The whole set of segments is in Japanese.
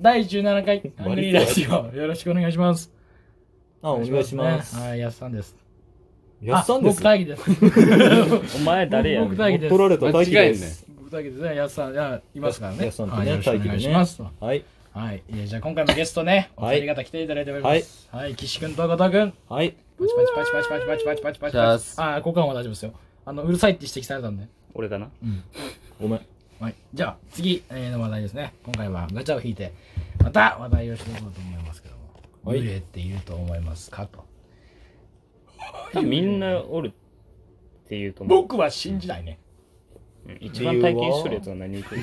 第17回アングリーラジオよろしくお願いします。あ、お願いします。ねはい、やっさんです。やっさんです。あ僕大義です。 お前誰やね僕ん大義です。取られた大輝です。僕大義ですね。やっさん、いやいますからね。やっさんとはいねよろしくお願いします。はい。はい、えーじゃあ今回もゲストね、おはい二人方来ていただいております。はい、岸君と後藤君。はい。パチパチパチパチパチパチパチパチパチじゃあすああ、交換は大丈夫ですよ。あの、うるさいって指摘されたんで。俺だなごめん。はい、じゃあ次、えーの話題ですね。今回はガチャを引いて、また話題をしていこうと思いますけども。はい幽霊って言うと思いますかと。多分みんなおるっていうと思う僕は信じないね。 うん一番体験しとるやつは何言ってる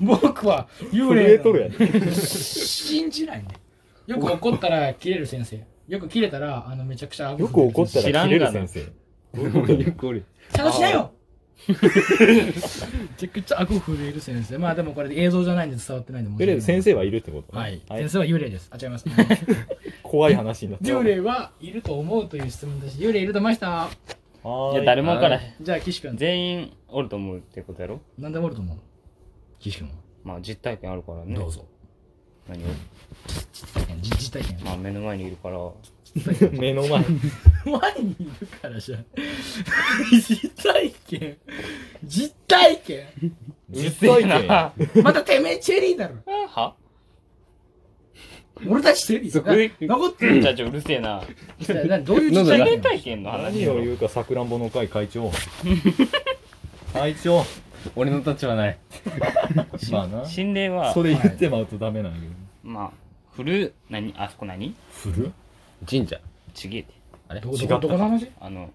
僕は幽震霊えなとのるやん。信じないね。よく怒ったら切れる先生。よく切れたら、あの、めちゃくちゃ。よく怒ったら切れる先生。よくおるちゃんとしな よめちゃくちゃ悪を震える先生。まあでもこれ映像じゃないんで伝わってないんで申しと訳なりあえい。ず先生はいるってことねはい。はい先。生は幽霊です。あ、違い ます。怖い話になった。幽霊はいると思うという質問です。幽霊いると思いました。はいや誰もからじゃあ、岸君。全員おると思うってことやろ何でもあると思う岸君は。まあ実体験あるからねどうぞ。何を実実体験。まあ目の前にいるから目の 前。前にいるからじゃん。実体験。実体験。実体験。またてめえチェリーだろ。 は俺たちチェリーそこでな残ってるじゃあじゃあうるせえなじゃあ何どういう実体体験なの験の話何を言うか、さくらんぼの会会 長。会長。俺の立場ないまあな。心霊はそれ言ってまうとダメなんやけど。まあ古何あそこ何古っ神社ちげえてあれどこ違どったこどこの話あの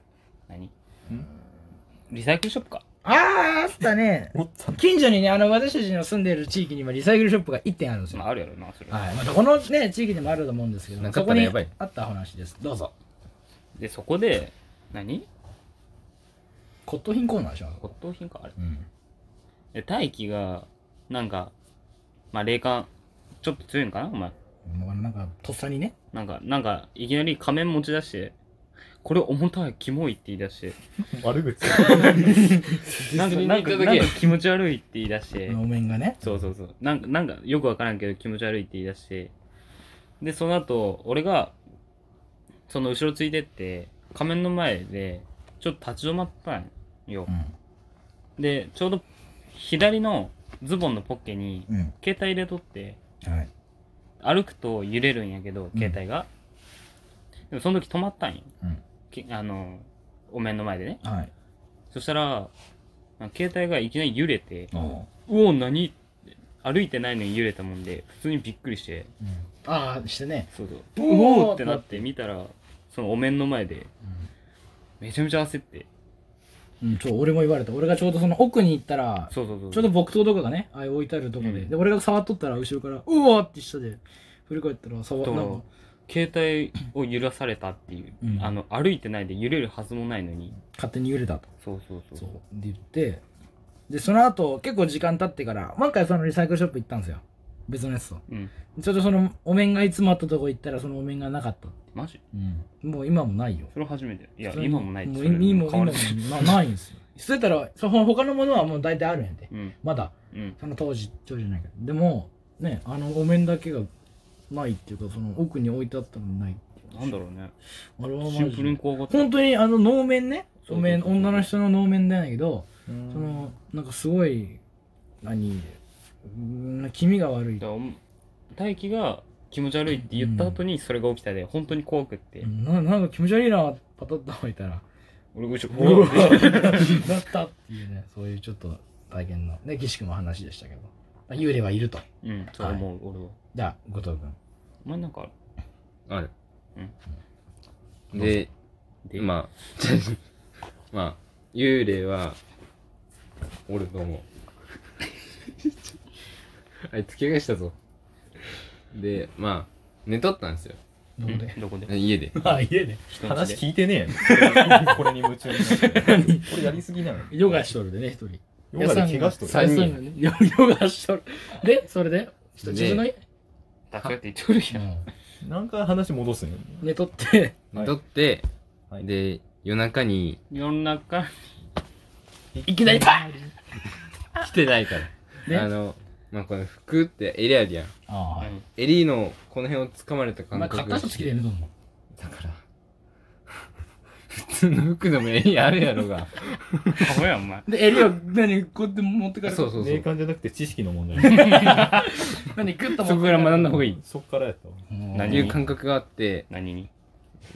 何リサイクルショップかあー、あったね。おった近所にね、あの、私たちの住んでいる地域にはリサイクルショップが1点あるんですよ。まああるやろなそれはい。まあ、どこのね、地域でもあると思うんですけど、なかそっこたらにやばいあった話です。どうぞ。でそこで何骨董品コーナーでしょ。骨董品かあれうん。で大輝がなんかまあ霊感ちょっと強いんかなお前まあなんか、とっさにね。なんかなんかいきなり仮面持ち出してこれ重たいキモいって言い出 して悪口。なんかになん言っかただけなんか気持ち悪いって言い出してお面がね。そうそうそうなんかなんかよくわからんけど気持ち悪いって言い出してでその後俺がその後ろついてって仮面の前でちょっと立ち止まったんようん。でちょうど左のズボンのポッケにうん。携帯入れとってはい。歩くと揺れるんやけど携帯が、でもその時止まったんよ、うんきあのお面の前でねはい。そしたらあ携帯がいきなり揺れてお「うお何?」って歩いてないのに揺れたもんで普通にびっくりしてああ、してね。そうそうううおーおーってなって見たらそのお面の前でめちゃめちゃ焦ってうん、そう、俺も言われた。俺がちょうどその奥に行ったら、そうそうそうちょうど木刀とかがね、ああいう置いてあるとこで、うんで、俺が触っとったら、後ろから、うおーって下で、振り返ったら、触っとなんか、携帯を揺らされたっていう、うんあの歩いてないで揺れるはずもないのに勝手に揺れたと。そうそうそうそう。で言って、で、その後、結構時間経ってから、もう一回そのリサイクルショップ行ったんですよ。別のやつと。うんちょうどその、お面がいつもあったとこ行ったら、そのお面がなかった。マジもう今もないよ。それ初めていやそれ今もないもそうれ今も今も変わらずなないんです よ。捨てたら、その他のものはもう大体あるんやで。うんまだ。うんその当時当時じゃないけどでもねあのお面だけがないっていうかその奥に置いてあったのにないなんだろうねあれはマシンプルにジ怖かった本当にあの能面ねそうおそうそう面女の人の能面じゃないけどそうんのなんかすごい何うん気味が悪いだから大輝が気持ち悪いって言った後にそれが起きたで、本当に怖くって、ななんか気持ち悪いなパタッと置いたら俺が後ろうわ だったっていうねそういうちょっと体験のね岸君も話でしたけどまあ幽霊はいるとうんそう思う、俺はじゃあ後藤君お前なんかあるあるうんででまあ まあ幽霊はおると思う あいつ怪我したぞでまあ寝とったんですよどこうんでどこで家であ家で人んちで話聞いてねえやんこれに夢中になってこれやりすぎなのヨガしとるでね一人ヨガで怪我しとる三人そうなのねヨヨガしとる。で、それで、ちょっと自分の家、だからって言っとるやん何回話戻すんよ寝とって、寝とって、はいで夜中に世の中いきなりパ来てないから、ね あのまあこれ服って襟あるやんああはいうん襟のこの辺を掴まれたお感前覚買った人つけてると思うだから 普通の服でも襟あるやろがかもやんお前で襟を何こうやって持ってかれるそうそうそ霊う感じゃなくて知識の問題何グッとそこから学んだ方がいいっそっからやったわ何ていう感覚があって何に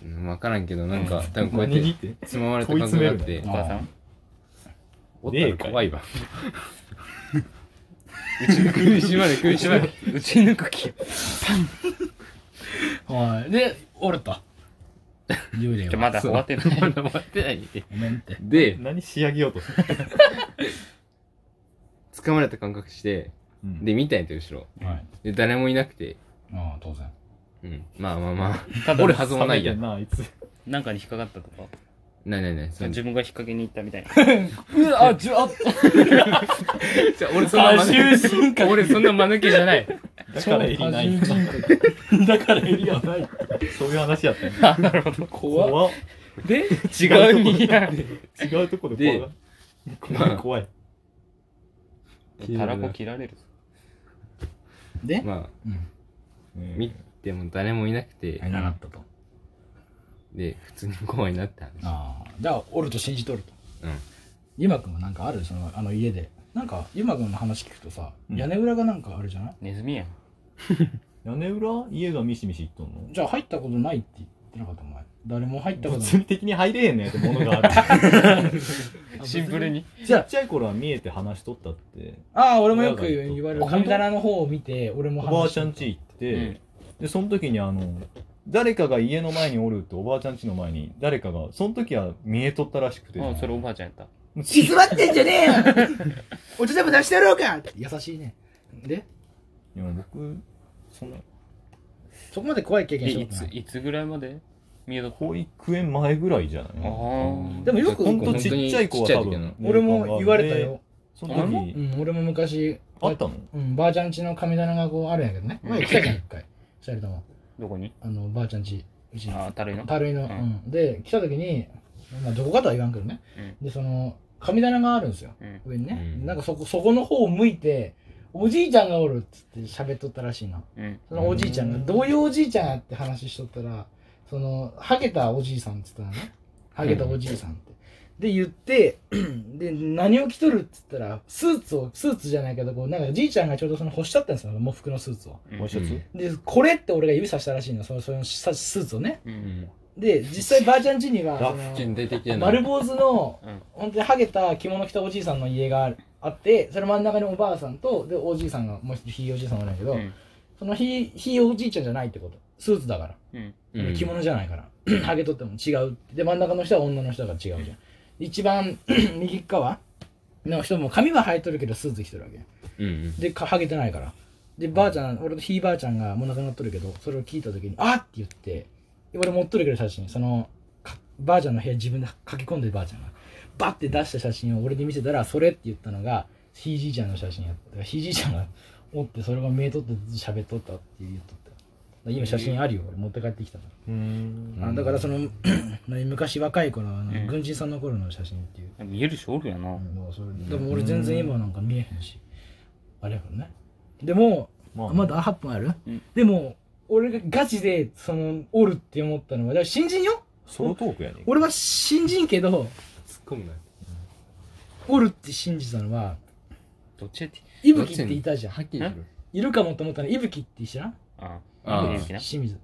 うん分からんけどなんか多分こうやっ何にっててつままれた感覚があって問い詰めるおね母さんおったら怖いわ首絞まれ首絞ま れうち抜く気はいで折れ た幽霊じゃはまだ終わってないまだ終わってないってごめんってで何仕上げようとして掴まれた感覚してで見たんやて後ろはいで誰もいなくてああ当然うんまあまあまあただ俺はずもないやんなあいつなんかに引っかかったとかないないないその自分が引っ掛けに行ったみたいなうわあじゅあじゃあ俺そんな間抜重心 け俺そんな間抜けじゃないだから襟ないんだだから襟がないそういう話やったんやな るほど怖っで違うにや違うとこで怖が怖い怖いたらこ切られるでまあうん見ても誰もいなくていなかったとで普通に怖いなって話ああじゃあおると信じとるとうんゆまくんはなんかあるそのあの家でなんかゆまくんの話聞くとさうん屋根裏がなんかあるじゃないネズミやん屋根裏家がミシミシいっとんのじゃあ入ったことないって言ってなかったお前誰も入ったことな物い理的に入れへんのやってものがあるシンプルにじちゃっちゃい頃は見えて話しとったってあああ俺もよく言われるあ神棚の方を見て俺もお話ばあちゃんして家行っうて、んでその時にあの誰かが家の前におるっておばあちゃん家の前に誰かがその時は見えとったらしくてあそれおばあちゃんやった静まってんじゃね えよお茶でも出してやろうか優しいねでいや僕そんなそこまで怖い経験えしたいことつないいつぐらいまで見えとった保育園前ぐらいじゃないあーでもよくほ本んとちっちゃい子は多分俺も言われたよ、その時うん、俺も昔あったのうん、ばあちゃん家の神棚がこうあるんやけどね。うん前来たじゃん、一回。二人とも。どこにあの、ばあちゃん家、うちあの。あたるいのたるいの、ううんん。で、来た時に、まあ、どこかとは言わんけどね。で、その、神棚があるんですよ。うん上にね。うんなんかそこ、そこの方を向いて、おじいちゃんがおるっつって喋っとったらしいな。うんそのおじいちゃんうんが、どういうおじいちゃんやって話しとったら、その、ハゲたおじいさんって言ったらね。ハゲたおじいさんって。で、言って、 で、何を着とるって言ったら、スーツを、スーツじゃないけど、こう、なんかじいちゃんがちょうどその干しちゃったんですよ、喪服のスーツを。うんもう一つで、これって俺が指さしたらしいの、その、そのさスーツをね。ううんんで、実際ばあちゃん家には、ラその現代的やな丸坊主の、うん本当にハゲた着物着たおじいさんの家があるあって、それ真ん中におばあさんと、で、おじいさんが、もう一人ひいおじいさんがいるんだけど、うんそのひい、ひいおじいちゃんじゃないってこと。スーツだから。うんうん着物じゃないから。 ハゲとっても違うって。で、真ん中の人は女の人だから違うじゃん。一番 右側の人も髪は生えとるけどスーツ着てるわけ。うんうんで、かハゲてないから。で、ばあちゃん、俺とひいばあちゃんがもう亡くなっとるけど、それを聞いたときに、あっって言って、俺持っとるけど写真、その、かばあちゃんの部屋自分で書き込んでるばあちゃんが、バッて出した写真を俺に見せたら、それって言ったのが、ひいじいちゃんの写真やった。だからひいじいちゃんがおって、それが目取ってずっと喋っとったって言っとった。だから今写真あるよ、俺持って帰ってきたから。うーんあだからその、 何昔若い頃の、あのうん軍人さんの頃の写真っていう。見えるしおるやなうんだからそれでも俺全然今なんか見えへんし、あれやからね。でも、ままだ8分ある、うんでも俺がガチでそのおるって思ったのはだから新人よソロトークやねん俺は新人けど突っ込むなおるって信じたのはどっちやって伊吹っていたじゃんはっきりしろいるかもと思ったの伊吹って知らんああーいいですね清水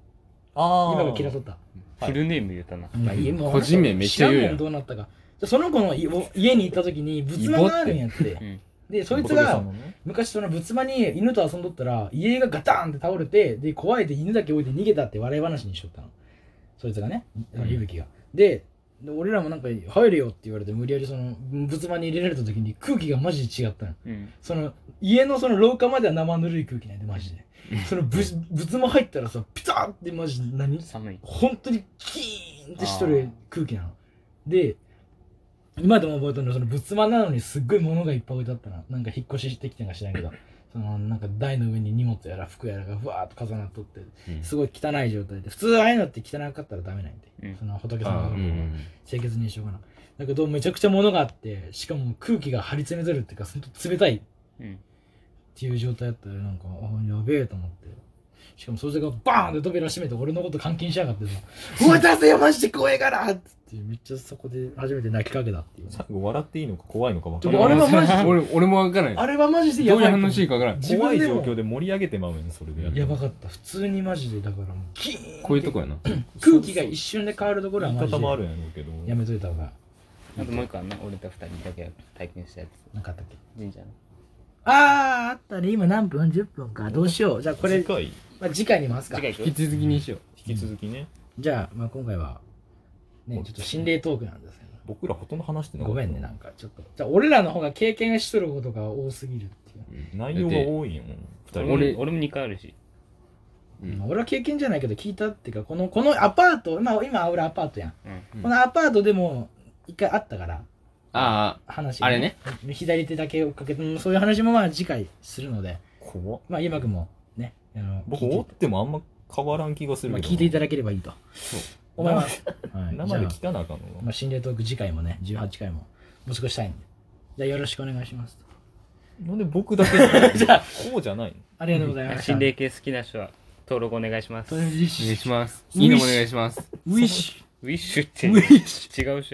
あ今があ嫌いとったフルネーム言うたなまあいいもう個人名めっちゃ言うやん知らもどうなったかじゃその子のいお家に行った時に仏間があるんやってうんでそいつ仏さがんのね昔その仏間に犬と遊んどったら家がガタンって倒れてで怖いで犬だけ置いて逃げたって笑い話にしとったのそいつがねあのうん伊吹が、でで俺らもなんか入れよって言われて無理やりその仏間に入れられた時に空気がマジで違ったのうんその家のその廊下までは生ぬるい空気なんでマジでその仏仏間入ったらさピタッてマジで何寒い本当にキーンってしとる空気なので今でも覚えてるのはその仏間なのにすっごい物がいっぱい置いてあったななんか引っ越ししてきてんか知らんけ どそのなんか台の上に荷物やら服やらがふわーっと重なっとってうんすごい汚い状態で普通ああいうのって汚かったらダメなんで、うんその仏様あのーうんうん清潔にしようかなだけどめちゃくちゃ物があってしかも空気が張り詰めてるっていうかほんと冷たいうんっていう状態だったらなんかあやべえと思ってしかもそいつがバーンって扉閉めて俺のこと監禁しやがってさ「おい出せよマジで怖えから!」っつってめっちゃそこで初めて泣きかけたっていうね最後笑っていいのか怖いのか分ちかょんでもなあれいはマジで 俺俺もわからない。あれはマジでやどういばいうと思う話かわからない。自怖分いで状も況で盛り上げてまうねんそれでやるやばかった普通にマジでだからもうキーンこういうとこやな。空気が一瞬で変わるところは言いマジ方もあでるんやろうけどやめといた方があともう一個あんな俺と二人だけ体験したやつなかったっけ神社のあーあったね今何分 ?10 分かどうしようじゃあこれ次、回まあ、次回に回すか次回行引くき続きにしよう。引き続きねじゃあ,、まあ今回はねちょっと心霊トークなんですけど僕らほとんど話してなかごっためんねなんかちょっとじゃあ俺らの方が経験しとることが多すぎるっていう、内容が多いよ二人俺も俺も2回あるしうんまあ俺は経験じゃないけど聞いたっていうかこのこのアパート、まあ、今俺アパートやん、うんこのアパートでも一回あったからあ話あれね左手だけをかけてうんそういう話もまあ次回するので怖っまあ今くんもねあの僕聞いておってもあんま変わらん気がするまあ、けど聞いていただければいいとそう思います、はい、生でじゃ聞かなあかんのあ、まあ、心霊トーク次回もね18回ももう少ししたいんでじゃあよろしくお願いしますなんで僕だけな のこうじゃないのありがとうございました心霊系好きな人は登録お願いし ますウウィッあ、お願いシします。いいのもお願いします。ュウィッシュィッシュってウィッシュ違う人や